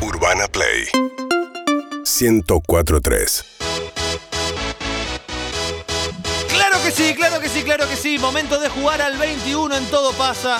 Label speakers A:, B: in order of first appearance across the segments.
A: Urbana Play 1043
B: Claro que sí, claro que sí, claro que sí. Momento de jugar al 21 en todo pasa.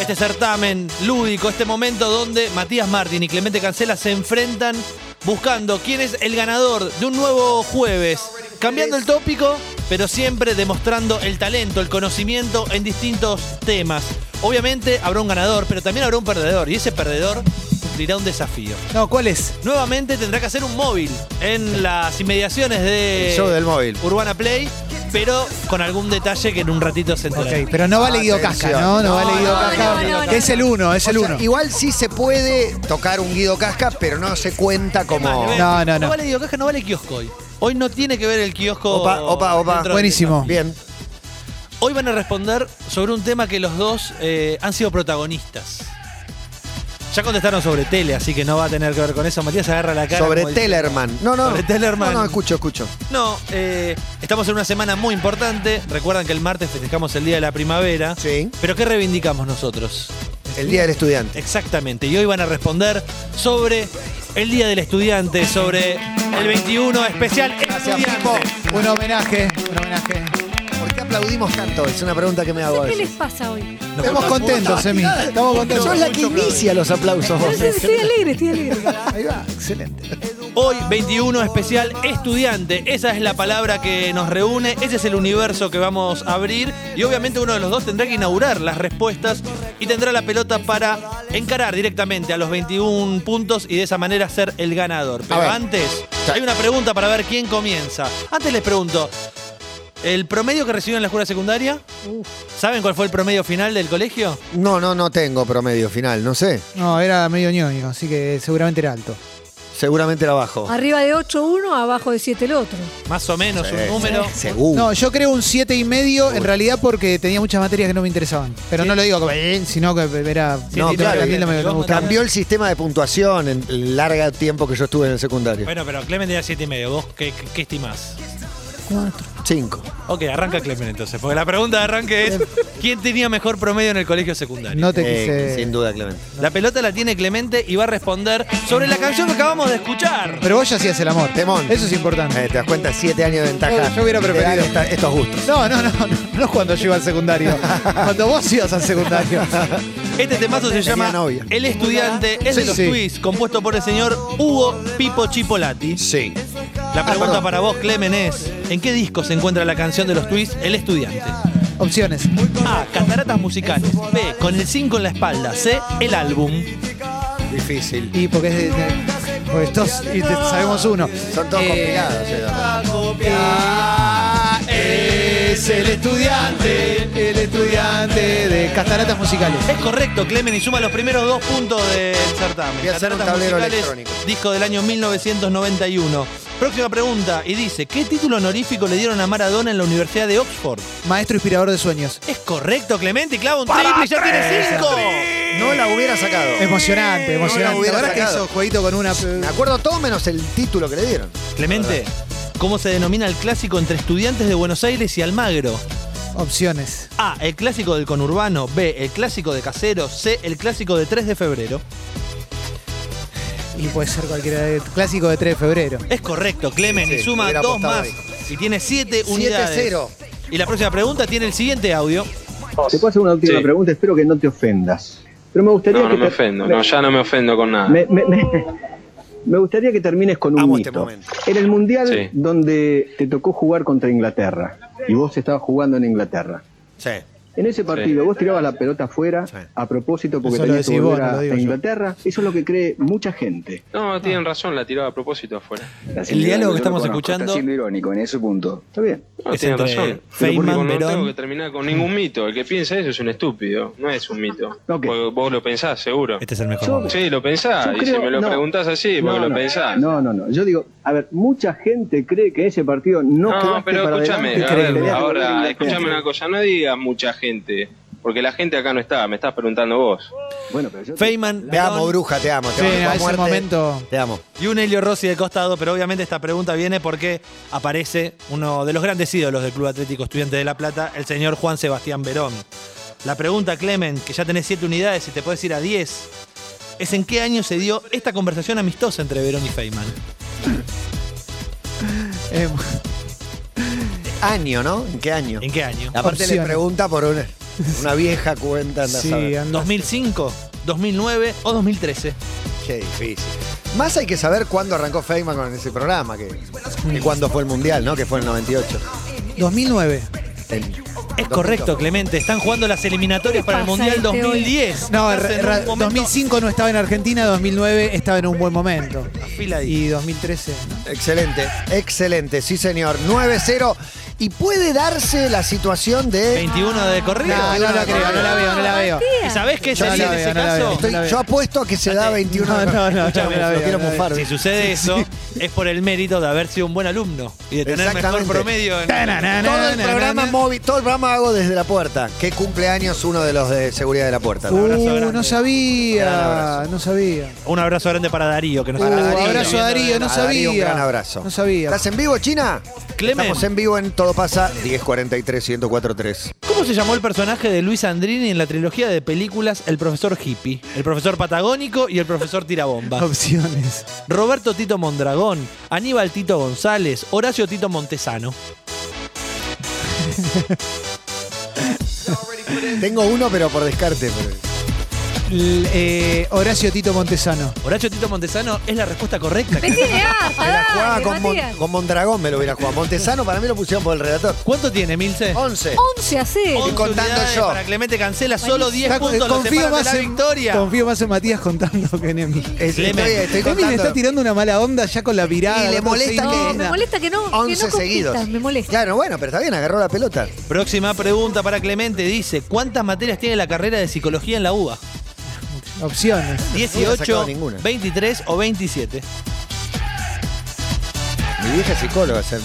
B: Este certamen lúdico, este momento donde Matías Martín y Clemente Cancela se enfrentan buscando quién es el ganador de un nuevo jueves. Cambiando el tópico, pero siempre demostrando el talento, el conocimiento en distintos temas. Obviamente habrá un ganador, pero también habrá un perdedor y ese perdedor cumplirá un desafío.
C: No, ¿cuál es?
B: Nuevamente tendrá que hacer un móvil en las inmediaciones de
D: El show del móvil.
B: Urbana Play, pero con algún detalle que en un ratito se enterará.
C: Ok, pero no vale Guido Casca,
D: Atención.
C: ¿no? No,
D: No,
C: vale Guido
E: no,
C: Casca.
E: no, no, no.
C: es el uno, es el
D: O sea,
C: uno.
D: igual sí se puede tocar un Guido Casca, pero no se cuenta como.
B: ¿eh?
C: No, no, no.
B: vale Guido Caja, no vale kiosco hoy. Hoy no tiene que ver el kiosco.
D: Opa, opa, opa.
B: dentro del
C: Buenísimo.
D: Bien.
B: tema. Hoy van a responder sobre un tema que los dos eh, han sido protagonistas. Ya contestaron sobre tele, así que no va a tener que ver con eso. Matías agarra la cara.
D: Sobre
B: como el-
D: Tellerman. No, no.
B: Sobre Tellerman.
D: No, no, escucho, escucho.
B: No, eh, estamos en una semana muy importante. Recuerdan que el martes festejamos el Día de la Primavera.
D: Sí.
B: Pero ¿qué reivindicamos nosotros?
D: El Día del Estudiante.
B: Exactamente, y hoy van a responder sobre el Día del Estudiante, sobre el 21 especial
D: Pipo.
B: estudiante.
C: Un homenaje, un homenaje.
D: ¿Por qué aplaudimos tanto? Es una pregunta que me hago a
E: ¿Qué les
D: veces.
E: pasa hoy?
B: Nos
C: Estamos
B: juntamos-
C: contentos, Emi. Estamos contentos.
D: Sos la que inicia los aplausos
E: No
D: vos.
E: sé, estoy alegre, estoy alegre.
D: Ahí va, excelente.
B: Hoy 21 especial estudiante, esa es la palabra que nos reúne, ese es el universo que vamos a abrir y obviamente uno de los dos tendrá que inaugurar las respuestas y tendrá la pelota para encarar directamente a los 21 puntos y de esa manera ser el ganador. Pero
D: ver.
B: antes
D: Sí.
B: hay una pregunta para ver quién comienza. Antes les pregunto, ¿el promedio que recibió en la escuela secundaria? ¿Saben cuál fue el promedio final del colegio?
D: No, no, no tengo promedio final, no sé.
C: No, era medio ñoño, así que seguramente era alto.
D: Seguramente era bajo.
C: Ah,
E: Arriba de 8 uno, abajo de 7 el otro.
B: Más o menos
D: Sí,
B: un número.
D: Seguro.
C: No, yo creo un siete y medio, en realidad porque tenía muchas materias que no me interesaban. Pero no lo digo como, eh, sino que era...
D: No,
C: que
D: claro,
C: a mí no me- no me gustaba.
D: Cambió el sistema de puntuación en el largo tiempo que yo estuve en el secundario.
B: Bueno, pero Clemen era 7 y medio, ¿vos qué, qué- qué estimás?
E: 4.
D: Cinco.
B: Ok, arranca Clemen entonces, porque la pregunta de arranque es ¿quién tenía mejor promedio en el colegio secundario?
C: No te
D: Eh,
C: quise...
D: sin duda, Clemente.
B: La pelota la tiene Clemente y va a responder sobre la canción que acabamos de escuchar.
C: Pero vos ya hacías el amor.
D: Temón.
C: Eso es importante.
D: Eh, ¿Te das cuenta? Siete años de ventaja.
C: Yo- yo hubiera
D: Te dan
C: preferido.
D: esta- estos gustos.
C: No, no, no, no, no es cuando yo iba al secundario. cuando vos ibas al secundario.
B: Este temazo se
D: Tenía
B: llama
D: novia.
B: El Estudiante, es de
C: Sí,
B: los
C: sí.
B: Twist, compuesto por el señor Hugo Pipo Chipolati.
D: Sí.
B: La pregunta
D: perdón.
B: para vos, Clemen, es ¿en qué disco se encuentra la canción de los Twist, El Estudiante?
C: Opciones.
B: A. Cataratas musicales. B. Con el 5 en la espalda. C. El álbum.
D: Difícil.
C: Y porque es de- de- porque todos- y te- sabemos uno.
D: Son todos
C: Eh,
D: compilados. eh, ¿no?
C: Es el estudiante, el estudiante de Cataratas Musicales.
B: Es correcto, Clemen, y suma los primeros dos puntos del certamen.
D: Voy a hacer un
B: Cataratas
D: tablero
B: Musicales,
D: electrónico.
B: Disco del año 1991. Próxima pregunta, y dice, ¿qué título honorífico le dieron a Maradona en la Universidad de Oxford?
C: Maestro inspirador de sueños.
B: Es correcto, Clemente, y clava un triple, y ya tiene cinco.
D: No la hubiera sacado.
C: Emocionante,
D: No la
C: emocionante.
D: hubiera
C: La verdad que
D: sacado.
C: hizo jueguito con una.
D: Me acuerdo todo menos el título que le dieron.
B: Clemente, ¿cómo se denomina el clásico entre estudiantes de Buenos Aires y Almagro?
C: Opciones.
B: A, el clásico del conurbano. B, el clásico de casero. C, el clásico de 3 de febrero.
C: Y puede ser cualquiera. de- Clásico de 3 de febrero.
B: Es correcto, Clemen,
D: Sí,
B: y suma
D: hubiera
B: dos
D: apostado
B: más.
D: ahí.
B: Y tiene siete unidades.
D: 7-0.
B: Y la próxima pregunta tiene el siguiente audio.
F: Te puedo hacer una última
G: Sí.
F: pregunta, espero que no te ofendas. Pero me gustaría
G: No,
F: que
G: no me
F: te-
G: ofendo, no, ya no me ofendo con nada.
F: me, me- me- me gustaría que termines con un
D: Amo este
F: mito.
D: momento.
F: en el mundial
G: Sí.
F: donde te tocó jugar contra Inglaterra y vos estabas jugando en Inglaterra.
D: Sí.
F: En ese partido vos tirabas la pelota afuera
D: Sí.
F: a propósito porque
C: Eso lo
F: tenías que
C: decís vos,
F: volver
C: no
F: a,
C: lo digo
F: a
C: yo.
F: Inglaterra. Eso es lo que cree mucha gente.
G: No, tienen razón, la tiraba a propósito afuera.
B: El diálogo que estamos escuchando
F: irónico en ese punto. Está bien.
G: No,
B: Es
G: tienen
B: entre
G: razón.
B: Feynman,
G: Yo no
B: Perón.
G: tengo que terminar con ningún mito. El que piensa eso es un estúpido, no es un mito.
F: Ok.
G: Porque Vos lo pensás, seguro.
B: Este es el mejor.
F: Yo-
B: momento.
G: Sí, lo pensás.
F: Yo
G: y
F: creo-
G: si me lo
F: no.
G: preguntás así, porque
F: no,
G: lo
F: no.
G: pensás.
F: No, no, no. Yo digo, a ver, mucha gente cree que ese partido no
G: No,
F: quedaste
G: pero
F: para
G: escúchame,
F: adelante.
G: a
F: Cree que
G: ver,
F: le das la
G: ahora,
F: vuelta.
G: escúchame una cosa, no digas mucha gente, porque la gente acá no está, me estás preguntando vos.
F: Bueno, pero yo te-
B: Feynman
D: Te amo,
B: Perón
D: bruja, te amo. Te
C: Sí,
D: amo
C: a
D: a
C: ese
D: muerte.
C: momento.
D: Te amo.
B: y un Helio Rossi de costado, pero obviamente esta pregunta viene porque aparece uno de los grandes ídolos del Club Atlético Estudiante de La Plata, el señor Juan Sebastián Verón. La pregunta, Clemen, que ya tenés siete unidades y te podés ir a 10. es en qué año se dio esta conversación amistosa entre Verón y Feynman.
C: Eh,
D: Año, ¿no? ¿En qué año?
B: ¿En qué año?
D: Aparte le
C: Opciones.
D: pregunta por una, una vieja cuenta. anda a
C: sí, eh.
D: saber.
C: anda.
B: ¿2005, 2009 o 2013?
D: Qué difícil. Más hay que saber cuándo arrancó Feynman con ese programa, que, que cuándo fue el Mundial, ¿no? Que fue en el 98.
C: 2009.
D: El-
B: Es correcto, Clemente. Están jugando las eliminatorias
E: ¿Qué
B: para el
E: pasa
B: Mundial
E: este hoy?
B: 2010.
C: No,
B: Estás
C: ra-
B: en
C: ra-
B: un momento
C: 2005 no estaba en Argentina, 2009 estaba en un buen momento.
B: afiladito.
C: Y 2013. ¿no?
D: Excelente, excelente, sí señor. 9-0. Y puede darse la situación de...
B: 21 de corrido.
C: No, no la creo, no la veo, no la veo.
B: ¿Y
E: Matías.
B: sabés qué
C: Yo
B: sería
C: no
B: en
C: la veo,
B: ese
C: no la
B: caso?
C: veo.
D: Estoy- yo apuesto a que se da 21
C: No, no, no, no,
D: Escuchame,
C: no la
D: lo
C: veo,
D: quiero
C: no la veo.
D: mufar.
B: Si sucede eso, es por el mérito de haber sido un buen alumno y de tener mejor
D: Exactamente.
B: promedio. en-
D: Todo el programa móvil, todo el programa hago desde la puerta. Que cumpleaños uno de los de seguridad de la puerta.
C: Uh,
B: grande.
C: no
D: Gran
C: sabía,
D: abrazo.
C: no sabía.
B: Un abrazo grande para Darío, que nos
C: Uh,
B: está
D: Darío.
C: abrazo a Darío, no
D: A Darío, un
C: sabía.
D: gran abrazo.
C: No sabía.
D: ¿Estás en vivo, China?
B: Clemen.
D: Estamos en vivo en Todo Pasa 1043 1043.
B: ¿Cómo se llamó el personaje de Luis Andrini en la trilogía de películas El profesor hippie, el profesor patagónico y el profesor tirabomba?
C: Opciones.
B: Roberto Tito Mondragón, Aníbal Tito González, Horacio Tito Montesano.
D: Tengo uno, pero por descarte. pero-
C: L- eh, Horacio Tito Montesano.
B: Horacio Tito Montesano es la respuesta correcta.
E: Decime,
D: Me la jugaba
E: ah, dale,
D: con, Mon-
E: Matías.
D: con Mondragón, me lo hubiera jugado. Montesano para mí lo pusieron por el redactor.
B: ¿Cuánto tiene, Milce?
D: 11.
E: 11 a 0.
D: Once. contando
B: unidades
D: yo.
B: Para Clemente Cancela, solo 10
C: Está-
B: puntos lo separan de la victoria.
C: confío más en Matías contando que en Emi.
D: Estoy,
B: Clemen.
D: estoy
C: Emi le
D: contando.
C: está tirando una mala onda ya con la pirada.
D: Y le molesta que-
E: No, me molesta que no. que no
D: 11
E: compitas,
D: seguidos.
E: Me molesta.
D: Claro, bueno, pero está bien, agarró la pelota.
B: Próxima pregunta para Clemente dice, ¿cuántas materias tiene la carrera de psicología en la UBA?
C: Opciones.
D: No hubiera
B: 18,
D: sacado ninguna.
B: 23 o 27.
D: Mi vieja es psicóloga. o sea,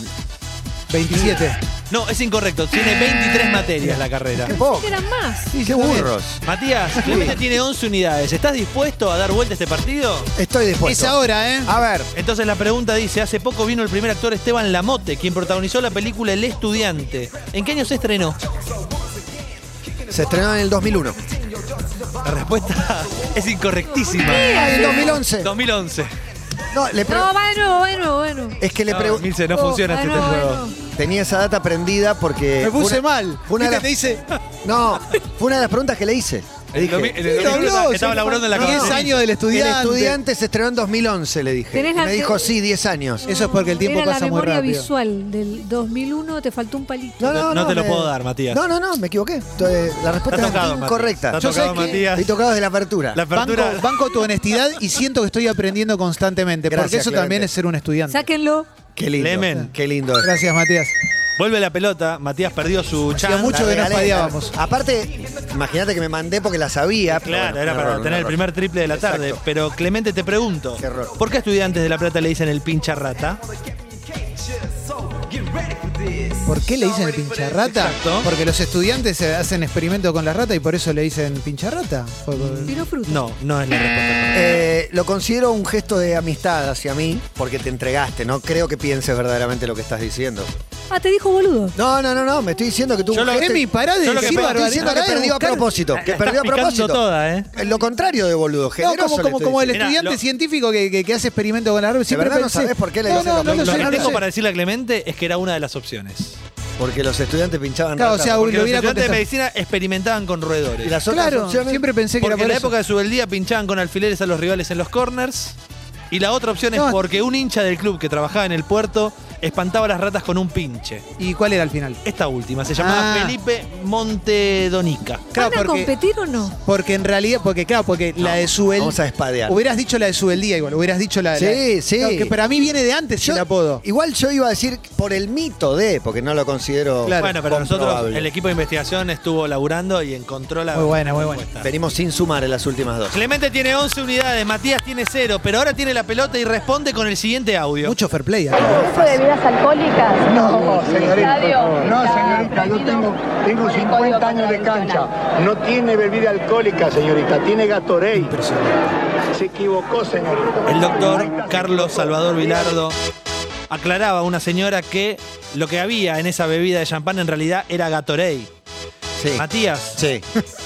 C: 27.
B: No, es incorrecto, tiene 23 materias la carrera.
D: qué poco.
E: Eran más.
D: Qué burros.
B: Matías, Clemente tiene 11 unidades. ¿Estás dispuesto a dar vuelta a este partido?
D: Estoy dispuesto.
C: Es ahora, ¿eh?
D: A ver,
B: Entonces la pregunta dice, hace poco vino el primer actor Esteban Lamote, quien protagonizó la película El Estudiante. ¿En qué año se estrenó?
D: se estrenó en el 2001.
B: La respuesta es incorrectísima.
D: Ah, en el 2011.
B: 2011.
D: No, le pre-
E: No, va de nuevo, va de nuevo, va de nuevo.
D: es que le Oh,
B: No,
D: pregunté.
B: Milce, no funciona
E: va
B: este
E: de nuevo, va de
B: juego.
E: nuevo.
D: Tenía esa data prendida porque.
C: Me
D: fue
C: puse
D: eh, una-
C: mal.
D: fue una de
C: Viste, te
D: las-
C: dice
D: No, fue una de las preguntas que le hice.
B: En
D: Le
B: el
D: dije,
B: 2000, en el 2000 estaba laburando en la
D: no,
B: casa.
C: 10 años del
D: El
C: estudiante.
D: estudiante se estrenó en 2011, le dije.
E: Tenés
D: Y Me
E: la-
D: dijo, sí, 10 años.
C: Eso es porque el tiempo
E: Era
C: pasa
E: la
C: muy
E: memoria
C: rápido.
E: visual del 2001, te faltó un palito.
B: No- no te lo puedo dar, Matías.
D: No, no, no, me equivoqué. Entonces, la respuesta
B: Está tocado,
D: es
B: Matías.
D: incorrecta.
B: Está
D: Yo sé
B: tocado,
D: que
B: Matías.
D: Estoy tocado desde la apertura.
B: La apertura...
C: Banco, banco tu honestad y siento que estoy aprendiendo constantemente, porque
D: Gracias,
C: eso
D: Clemente.
C: también es ser un estudiante.
E: Sáquenlo.
D: Qué lindo.
B: Clemen.
D: Qué lindo.
C: Gracias, Matías.
B: Vuelve la pelota, Matías perdió su chance.
C: mucho
D: La
C: que no
D: regalé,
C: fallábamos.
D: la- Aparte, imagínate que me mandé porque la sabía. pero
B: Claro,
D: bueno,
B: era
D: un
B: para
D: error, un
B: tener el
D: error.
B: primer triple de la tarde.
D: Exacto.
B: Pero Clemente, te pregunto,
D: Qué error.
B: ¿por qué a estudiantes de La Plata le dicen el pincha rata?
C: ¿Por qué le dicen pincharrata?
B: Exacto.
C: Porque los estudiantes eh, hacen experimento con la rata y por eso le dicen pincharrata. Por- por-
E: Vino fruta.
B: No, no es la respuesta.
D: Eh, lo considero un gesto de amistad hacia mí porque te entregaste. No creo que pienses verdaderamente lo que estás diciendo.
E: Ah, te dijo boludo.
D: No, no, no, no. Me estoy diciendo que tú.
B: Yo lo-
D: Estoy-
C: Emi, pará de
B: Yo lo que
C: decir
B: pienso-
D: estoy
C: barbaridad,
D: diciendo que
C: pará de
D: perdió a
C: buscar-
D: propósito.
B: La
D: Que
B: estás
D: perdió a
B: picando
D: propósito.
B: toda, ¿eh?
D: Lo contrario de boludo.
C: No,
D: generoso
C: como,
D: le
C: como,
D: estoy
C: como el
D: diciendo.
B: Mirá,
C: estudiante
B: lo-
C: científico que, que- que hace experimento con la rata. Siempre
D: verdad no
C: pensé-
D: sabés por qué le
C: no,
D: dicen
C: no,
D: los
C: no lo
D: pingüinos.
C: sé,
B: Lo
C: no
B: que
C: lo
B: tengo
C: sé.
B: para decirle a Clemente es que era una de las opciones.
D: Porque los estudiantes pinchaban.
C: Claro, o
D: rata.
C: sea,
B: Porque
C: lo
B: los
C: hubiera
B: estudiantes de
C: contestado.
B: medicina experimentaban con
D: Y
B: roedores.
D: las otras
C: Claro,
D: opciones-
C: siempre pensé que
B: Porque
C: era por
B: en la
C: eso.
B: época de su beldía pinchaban con alfileres a los rivales en los corners. Y la otra opción es
C: No.
B: porque un hincha del club que trabajaba en el puerto espantaba a las ratas con un pinche.
C: ¿Y cuál era al final?
B: Esta última se llamaba
C: Ah.
B: Felipe Montedonica.
C: Claro,
E: ¿Van a
C: porque-
E: competir o no?
C: Porque en realidad, porque claro, porque la de su bel-
D: vamos a espadear.
C: Hubieras dicho la de su beldía igual, hubieras dicho la de.
D: Sí,
C: la-
D: sí.
C: No, que para mí viene de antes
D: Yo-
C: el apodo.
D: Igual yo iba a decir por el mito de, porque no lo considero.
C: Claro.
B: bueno, pero nosotros,
D: comprobable.
B: el equipo de investigación estuvo laburando y encontró la.
C: Muy buena, muy buena.
B: respuesta.
D: Venimos sin sumar en las últimas dos.
B: Clemente tiene 11 unidades, Matías tiene 0, pero ahora tiene la pelota y responde con el siguiente audio.
C: Mucho fair play. acá.
A: uso de bebidas alcohólicas? No, señorita.
H: No, señorita, yo tengo, tengo 50 años de cancha. No tiene bebida alcohólica, señorita, tiene Gatorade. Se equivocó, señorita.
B: El doctor Carlos Salvador Vilardo aclaraba a una señora que lo que había en esa bebida de champán en realidad era Gatorade.
D: Sí.
B: Matías,
D: Sí,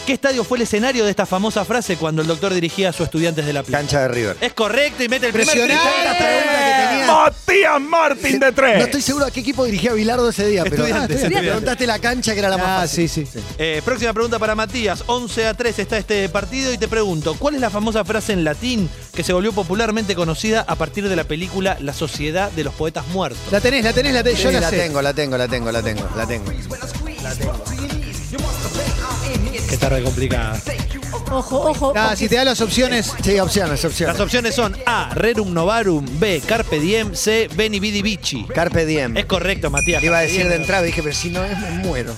B: ¿qué estadio fue el escenario de esta famosa frase cuando el doctor dirigía a sus estudiantes de La Plata?
D: cancha de River.
B: Es correcto y mete el primer
C: Impresionante
B: triple.
C: la pregunta que tenía.
I: Matías Martín de
C: Eh.
I: tres.
D: No estoy seguro a qué equipo dirigía Bilardo ese día, pero
B: Estudiantes,
D: Ah, estudiantes.
B: estudiantes.
D: preguntaste la cancha que era la más
C: Ah,
D: fácil.
C: sí, sí.
B: Eh, próxima pregunta para Matías. 11 a 3 está este partido y te pregunto, ¿cuál es la famosa frase en latín que se volvió popularmente conocida a partir de la película La Sociedad de los Poetas Muertos?
C: La tenés, la tenés, la tenés.
D: Sí,
C: Yo la,
D: la
C: sé.
D: tengo, la tengo, la tengo, la tengo, la tengo.
B: Qué tarde complicada.
E: Ojo, ojo.
C: Ah,
E: ojo.
C: si te da las opciones.
D: Sí, opciones, opciones.
B: Las opciones son A, Rerum Novarum, B, Carpe Diem, C, Beni Vidi Vici.
D: Carpe diem.
B: Es correcto, Matías.
D: Te iba a
B: Carpe
D: decir de
B: diem.
D: entrada, dije, pero si no es, me muero.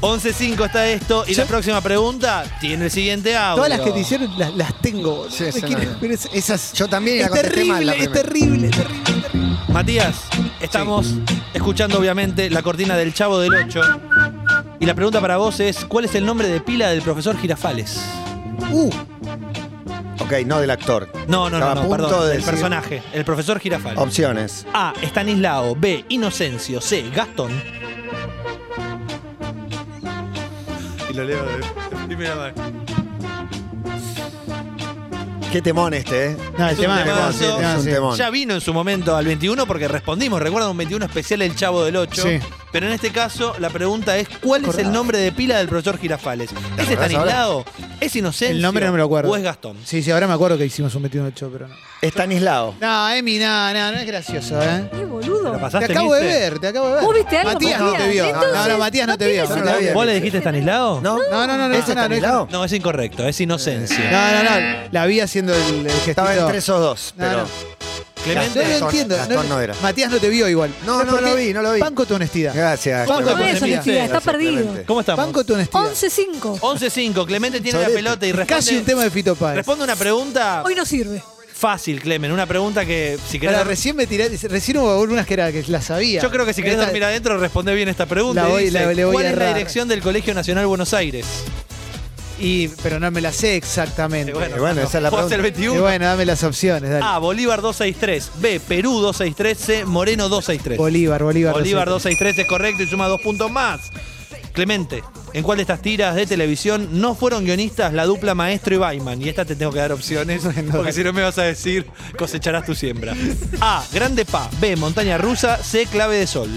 B: 11-5 está esto y la próxima pregunta tiene el siguiente audio.
C: Todas las que te hicieron las, las tengo. boludo.
D: Sí,
C: Me
D: sí,
C: quiero-
D: no, no.
C: pero es- esas.
D: Yo también la
C: es
D: contesté
C: terrible,
D: mal la
C: es
D: primera.
C: terrible, es terrible.
B: Matías, estamos escuchando obviamente la cortina del Chavo del 8. Y la pregunta para vos es, ¿cuál es el nombre de pila del profesor Girafales?
D: Uh. Ok, no del actor.
B: No, no,
D: Estaba
B: no,
D: a
B: no
D: punto
B: perdón,
D: de
B: el
D: decir
B: personaje, el profesor Girafales.
D: Opciones.
B: A, Estanislao, B, Inocencio, C, Gastón. Y lo leo de primera vez.
D: Qué temón este, ¿eh?
C: No, el
B: Es un
C: tema
B: temazo.
C: sí, el tema
D: Es un
C: sí.
D: temón.
B: Ya vino en su momento al 21 porque respondimos, recuerda un 21 especial El Chavo del 8.
C: Sí.
B: Pero en este caso la pregunta es ¿cuál es el nombre de pila del profesor Girafales? ¿Es
D: acordás
B: Estanislao? ¿Es Inocencio?
C: El nombre no me lo acuerdo.
B: ¿O es Gastón?
C: Sí, sí, ahora me acuerdo que hicimos un 28, pero no.
D: Estanislao.
C: No, Emi, no, no, no es gracioso, ¿eh.
E: Qué
B: ¿Lo
E: boludo.
C: Te
B: pasaste,
C: acabo de
B: Mister?
C: ver, te acabo de ver.
E: ¿Vos viste algo,
C: Matías no
E: Matías?
C: te vio.
E: Entonces,
C: no, no, Matías no
E: no
C: te vio.
E: tiene
D: Yo no la vi.
B: ¿Vos le dijiste Estanislao?
D: ¿No?
C: No, no, no, no,
D: ¿Es
C: no, no, Eh.
D: Estanislao?
B: No, es incorrecto, es Inocencio.
C: No, no, no. La vi haciendo el, el
D: Estaba
C: gestito.
D: entre esos dos,
C: No,
D: pero...
C: no.
B: Clemente.
C: No lo
D: Gastón,
C: entiendo.
D: Gastón no era.
C: Matías no te vio igual.
D: No,
C: ¿Sabes
D: no
C: por
D: lo
C: qué?
D: vi, no lo vi.
C: Banco tu honestidad.
D: Gracias.
C: Banco tu
E: No es
C: honestidad.
E: honestidad, está
D: Gracias,
E: perdido.
D: Clemente.
B: ¿Cómo estamos?
C: Banco tu honestidad.
E: 11-5.
B: 11-5, Clemente tiene la
D: Solete.
B: pelota y responde.
C: Casi un tema de Fito Páez.
B: Responde una pregunta
E: Hoy no sirve.
B: fácil, Clemen. Una pregunta que si querés.
C: Pará, recién me tiré, recién hubo algunas que era que la sabía.
B: Yo creo que si querés
C: Esta-
B: dormir adentro, responde bien esta pregunta.
C: La
B: y
C: voy-
B: dice,
C: la- le voy
B: ¿Cuál
C: a
B: es la
C: errar.
B: dirección del Colegio Nacional Buenos Aires?
C: Y, pero no me la sé exactamente.
B: Eh,
D: Y bueno, esa es la
B: vos
D: pregunta.
B: el Ah.
C: Y
B: 21.
C: bueno, dame las opciones, dale.
B: A, Bolívar 263. B, Perú 263. C, Moreno 263.
C: Bolívar, Bolívar.
B: Bolívar
C: no sé.
B: 263 es correcto y suma dos puntos más. Clemente, ¿en cuál de estas tiras de televisión no fueron guionistas la dupla Maestro y Baiman? Y esta te tengo que dar opciones, porque si no me vas a decir, cosecharás tu siembra. A, Grande Pa. B, Montaña Rusa. C, Clave de Sol.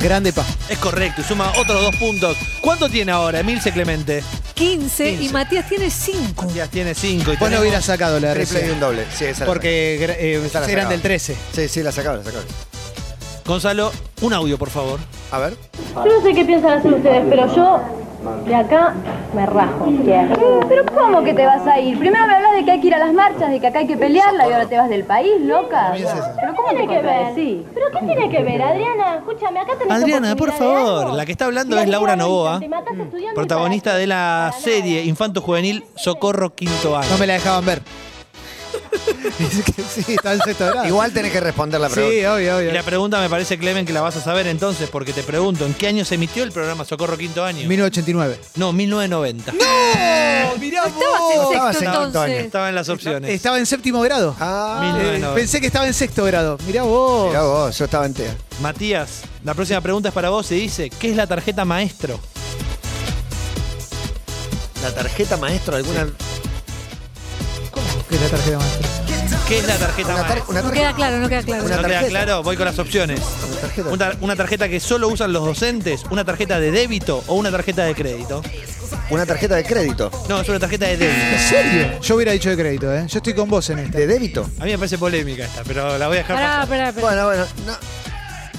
C: Grande pa.
B: Es correcto, y suma otros dos puntos. ¿Cuánto tiene ahora Emilce Clemente?
E: 15 y Matías tiene 5.
B: Ya tiene cinco. Y
C: Vos no
B: tenemos-
C: hubieras sacado la
D: Triple y
C: recién.
D: un doble. Sí, esa la
C: Porque gra- eh,
D: Esa la
C: eran
D: sacaba.
C: del 13.
D: Sí, sí, la sacaba, la sacaba.
B: Gonzalo, un audio, por favor.
D: A ver.
A: Yo no sé qué piensan hacer ustedes, pero yo de acá me rajo. Pero ¿cómo que te vas a ir? Primero me hablas de que hay que ir a las marchas, de que acá hay que pelearla y ahora te vas del país, loca. Pero ¿cómo tiene que ver? ¿Pero qué tiene que ver, Adriana? Escúchame, acá tenés
B: Adriana, por favor. La que está hablando es Laura Novoa, protagonista de la serie Infanto Juvenil Socorro Quinto Año.
C: No me la dejaban ver. Dice que Ah, sí, está en sexto grado.
D: Igual tenés que responder la pregunta.
C: Sí, obvio,
B: Y la
C: obvio.
B: pregunta me parece, Clemen, que la vas a saber entonces, porque te pregunto, ¿en qué año se emitió el programa Socorro Quinto Año?
C: 1989.
B: no, 1990. Oh,
C: Mirá
E: Estabas en
D: estabas
E: sexto
D: en
E: entonces.
B: Estaba en las opciones.
C: Estaba en séptimo grado. Eh,
D: Ah,
B: 1990.
C: Pensé que estaba en sexto grado. Mirá vos.
D: mirá vos, yo estaba entera.
B: Matías, la próxima pregunta es para vos y dice, ¿qué es la tarjeta maestro?
D: ¿La tarjeta maestro alguna?
C: Que la tarjeta maestra.
B: ¿Qué es la tarjeta
D: Una, tar-
B: maestro?
D: una
E: No
D: tarjeta.
E: queda claro, no queda claro.
D: Una
B: ¿No queda
D: tarjeta.
B: claro? Voy con las opciones.
D: Una tarjeta.
B: Un tar- ¿Una tarjeta que solo usan los docentes? ¿Una tarjeta de débito o una tarjeta de crédito?
D: Una tarjeta de crédito.
B: No, es una tarjeta de débito.
C: ¿En serio? Yo hubiera dicho de crédito, ¿eh? Yo estoy con vos en esta.
D: ¿De débito?
B: A mí me parece polémica esta, pero la voy a dejar
E: Pará,
B: pasar.
E: pará, pará.
D: Bueno, bueno. no.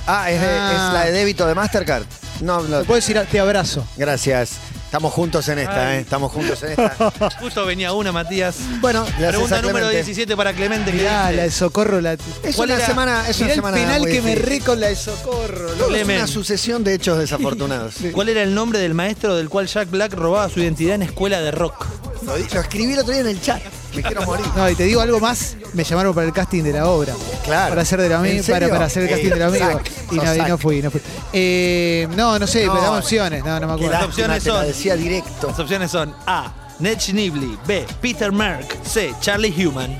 D: Ah, es, de-
C: Ah.
D: es la de débito de Mastercard. No, no.
C: Te puedo decir, te abrazo.
D: Gracias. Estamos juntos en esta,
B: Ay.
D: ¿eh? Estamos juntos en esta.
B: Justo venía una, Matías.
D: Bueno, gracias
B: Pregunta
D: a
B: número
D: Clemente.
B: 17 para Clemente. que
C: Mirá,
B: dice,
C: la de socorro la.
D: Es
B: ¿Cuál
D: una
B: era?
D: semana. Es una
C: Mirá el
D: semana
C: penal
D: muy
C: que me
D: difícil.
C: re con la de socorro.
D: Todo
C: loco.
D: Es
B: Clemen.
D: una sucesión de hechos desafortunados.
B: ¿Cuál era el nombre del maestro del cual Jack Black robaba su identidad en escuela de rock?
D: Lo, di- lo escribí el otro día en el chat. Me quiero morir.
C: No, y te digo algo más, me llamaron para el casting de la obra.
D: Claro.
C: Para hacer de la
D: ¿En
C: mi-
D: serio?
C: para, para hacer el casting de la
D: Eh,
C: amigo.
D: sac.
C: Y no,
D: Sos
C: y no
D: sac.
C: fui, no fui. Eh, no, no sé,
D: No.
C: pero dame opciones. No, no me
D: Qué
C: acuerdo.
D: lástima,
B: opciones
D: te la
B: son-
D: decía directo.
B: Las opciones son A. Ned Schneebly. B. Peter Merck. C. Charlie Human.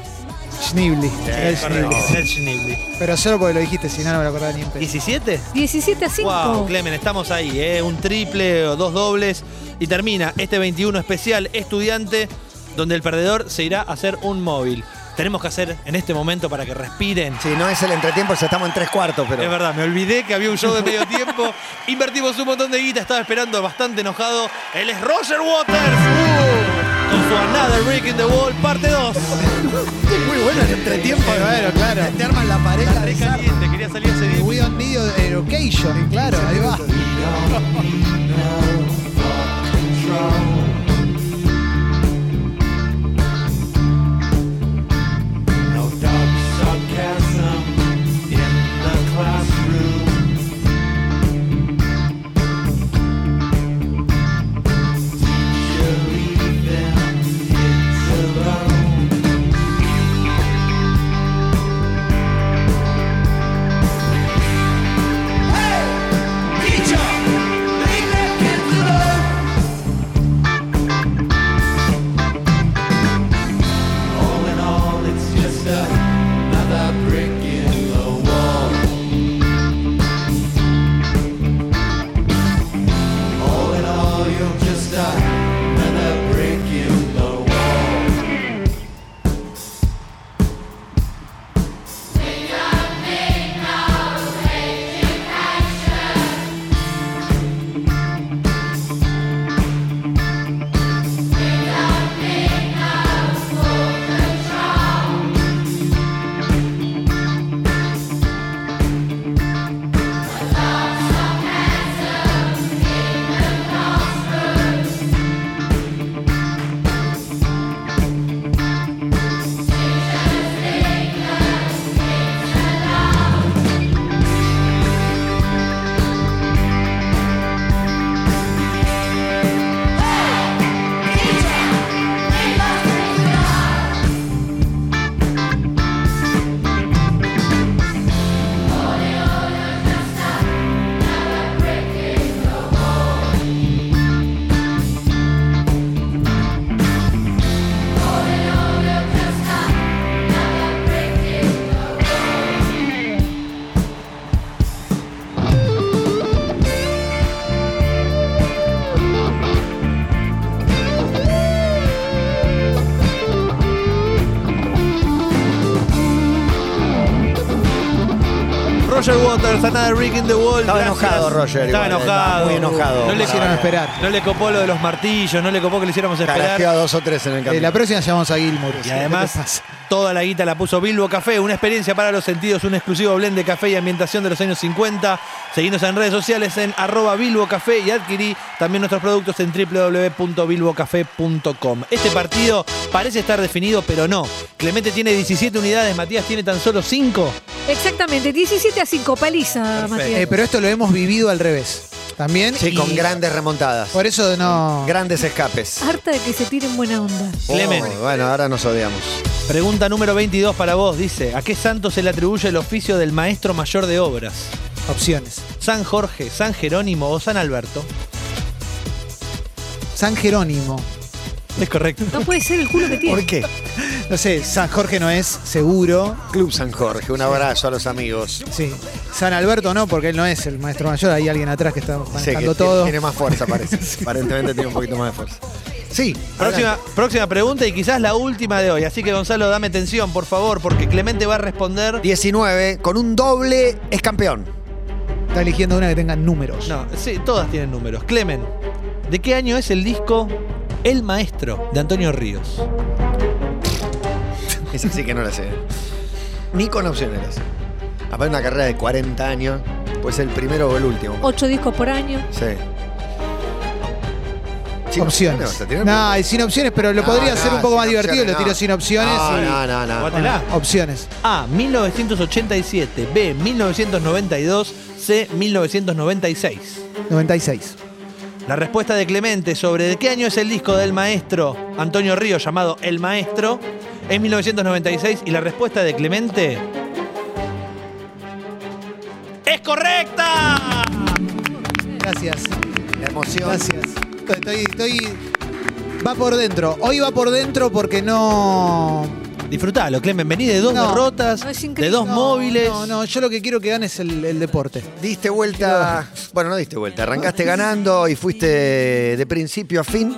C: Schnibli. Gael Schnibli.
B: Gael Schnibli.
C: Pero solo porque lo dijiste, si no, no me lo acordaba ni en pedo.
B: 17.
E: 17 a 5.
B: Wow, Clemen, estamos ahí, ¿eh? un triple o dos dobles. Y termina este 21 especial estudiante, donde el perdedor se irá a hacer un móvil. Tenemos que hacer en este momento para que respiren.
D: Sí, no es el entretiempo, ya estamos en tres cuartos, pero.
B: Es verdad, me olvidé que había un show de medio tiempo. Invertimos un montón de guita, estaba esperando bastante enojado. Él es Roger Waters. Uh, con su Another Brick in the Wall, parte 2.
D: muy bueno el entretiempo,
C: Bueno, claro.
D: Te arman la pareja.
B: Re caliente, quería salir ese día.
C: We don't need an occasion, claro, ahí va.
B: Roger Waters, Another Brick in the Wall.
D: Estaba
B: gracias.
D: enojado, Roger,
B: Estaba
D: igual,
B: enojado.
D: estaba muy enojado.
B: No le hicieron
C: Hicieron esperar.
B: No le copó lo de los martillos, no le copó que le hiciéramos esperar.
D: Carajeó a dos o tres en el
C: Eh,
D: camino.
C: la próxima llamamos a Gilmour.
B: Y además, toda la guita la puso Bilbo Café, una experiencia para los sentidos, un exclusivo blend de café y ambientación de los años 50. Seguimos en redes sociales en arroba Bilbo Café y adquirí también nuestros productos en www.bilbocafé.com. Este partido parece estar definido, pero no. Clemente tiene 17 unidades, Matías tiene tan solo 5.
E: Exactamente, 17 a 5. Paliza, Matías.
C: Eh, pero esto lo hemos vivido al revés. También.
D: Sí,
C: y
D: con grandes remontadas.
C: Por eso no.
D: Grandes escapes.
E: Harta de que se tiren buena onda.
B: Clemen.
D: Oh, bueno, ahora nos odiamos.
B: Pregunta número 22 para vos, dice, ¿a qué santo se le atribuye el oficio del maestro mayor de obras?
C: Opciones.
B: ¿San Jorge, San Jerónimo o San Alberto?
C: San Jerónimo.
B: Es correcto.
E: No puede ser el culo que tiene.
D: ¿Por qué?
C: No sé, San Jorge no es, seguro.
D: Club San Jorge, un abrazo a los amigos.
C: Sí. San Alberto no, porque él no es el maestro mayor. Hay alguien atrás que está
D: Sé que
C: manejando
D: tiene-
C: todo.
D: tiene más fuerza, parece. Aparentemente tiene un poquito más de fuerza. Sí,
B: Próxima, próxima pregunta y quizás la última de hoy. Así que Gonzalo, dame atención, por favor, porque Clemente va a responder.
D: 19, con un doble es campeón.
C: Está eligiendo una que tenga números.
B: No, sí, todas tienen números. Clemen, ¿de qué año es el disco El Maestro de Antonio Ríos?
D: Esa sí que no la sé. Ni con opciones la sé. Aparte una carrera de 40 años, pues el primero o el último.
E: 8 discos por año.
D: Sí. Sin
C: opciones.
D: vas a tirar?
C: No, y sin opciones, pero lo
D: No,
C: podría
D: Ah, no,
C: hacer un poco
D: sin
C: más divertido. y
D: opciones,
C: Lo tiró
D: no.
C: sin opciones.
D: No,
C: y-
D: no, no, no.
B: Guatelá.
C: Opciones.
B: A, 1987, B, 1992, C, 1996.
C: 96.
B: La respuesta de Clemente sobre de qué año es el disco del maestro Antonio Ríos llamado El Maestro es 1996 y la respuesta de Clemente es correcta.
C: Gracias.
D: La emoción.
C: Gracias. Estoy, estoy- estoy- Va por dentro. Hoy va por dentro porque no.
B: Disfrutalo, Clemen. Vení de dos
C: No.
B: derrotas,
E: No, es
B: de
E: increíble.
B: dos
E: No,
B: móviles.
C: No, no, yo lo que quiero que gane es el, el deporte.
D: Diste vuelta, bueno, no diste vuelta, arrancaste ganando y fuiste de principio a fin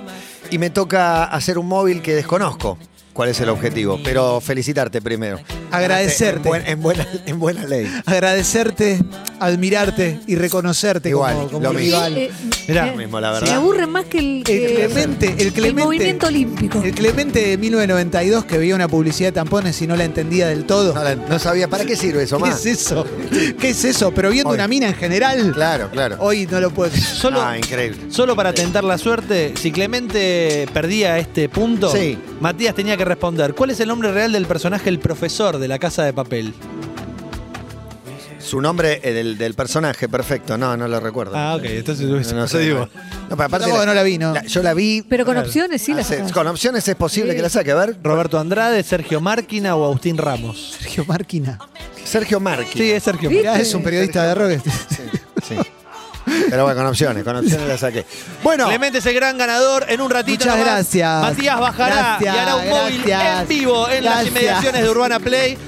D: y me toca hacer un móvil que desconozco cuál es el objetivo, pero felicitarte primero.
C: Agradecerte.
D: En, buen- en buena, en buena ley.
C: Agradecerte, admirarte y reconocerte
D: Igual,
C: como, como
D: lo mismo.
C: rival.
E: Eh,
B: Mirá,
E: eh,
D: Lo mismo, la
E: Me
D: verdad.
E: aburre más que el,
C: El
E: que-
C: Clemente, el Clemente.
E: movimiento olímpico.
C: El Clemente de 1992 que veía una publicidad de tampones y no la entendía del todo.
D: No, la- no sabía, ¿para qué sirve eso
C: ¿Qué
D: más?
C: es eso? ¿Qué es eso? Pero viendo
D: Hoy.
C: una mina en general,
D: Claro, claro.
C: hoy no lo puedo.
B: solo,
D: Ah, increíble.
B: solo para tentar la suerte, si Clemente perdía este punto,
D: Sí.
B: Matías tenía que responder. ¿Cuál es el nombre real del personaje el profesor de la casa de papel?
D: Su nombre eh, del, del personaje, perfecto. No, no lo recuerdo.
B: Ah, ok, entonces lo
C: Pues
B: hubiese
D: No, no sé.
B: perdido.
D: No, pero aparte
C: Tampoco no la vi, ¿no?
D: yo la vi.
E: Pero con opciones, sí, la
D: hace-
E: sacás.
D: con opciones es posible que la saque. A ver,
B: Roberto Andrade, Sergio Márquina o Agustín Ramos.
C: Sergio Márquina.
D: Sergio Márquez.
B: Sí, es Sergio
C: Mirá,
B: Márquina.
C: es un periodista de rock. este.
D: Sí. Pero bueno, con opciones, con opciones la saqué. Bueno,
B: Clemente es el gran ganador en un ratito.
C: Muchas
B: nomás.
C: gracias.
B: Matías bajará
C: Gracias,
B: y hará un móvil
C: gracias.
B: en vivo en las
C: Gracias.
B: inmediaciones de Urbana Play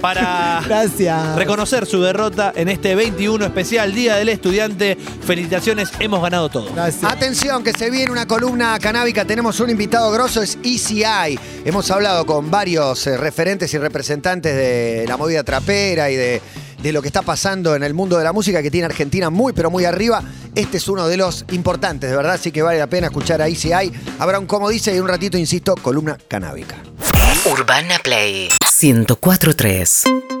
B: para
C: Gracias.
B: reconocer su derrota en este 21 especial Día del Estudiante. Felicitaciones, hemos ganado todo.
C: Gracias.
D: atención que se viene una columna canábica. Tenemos un invitado grosso, es ECI. Hemos hablado con varios eh, referentes y representantes de la movida trapera y de, de lo que está pasando en el mundo de la música que tiene Argentina muy, pero muy arriba. Este es uno de los importantes, de verdad, así que vale la pena escuchar a ECI. Habrá un como dice y en un ratito, insisto, columna canábica.
J: Urbana Play 104.3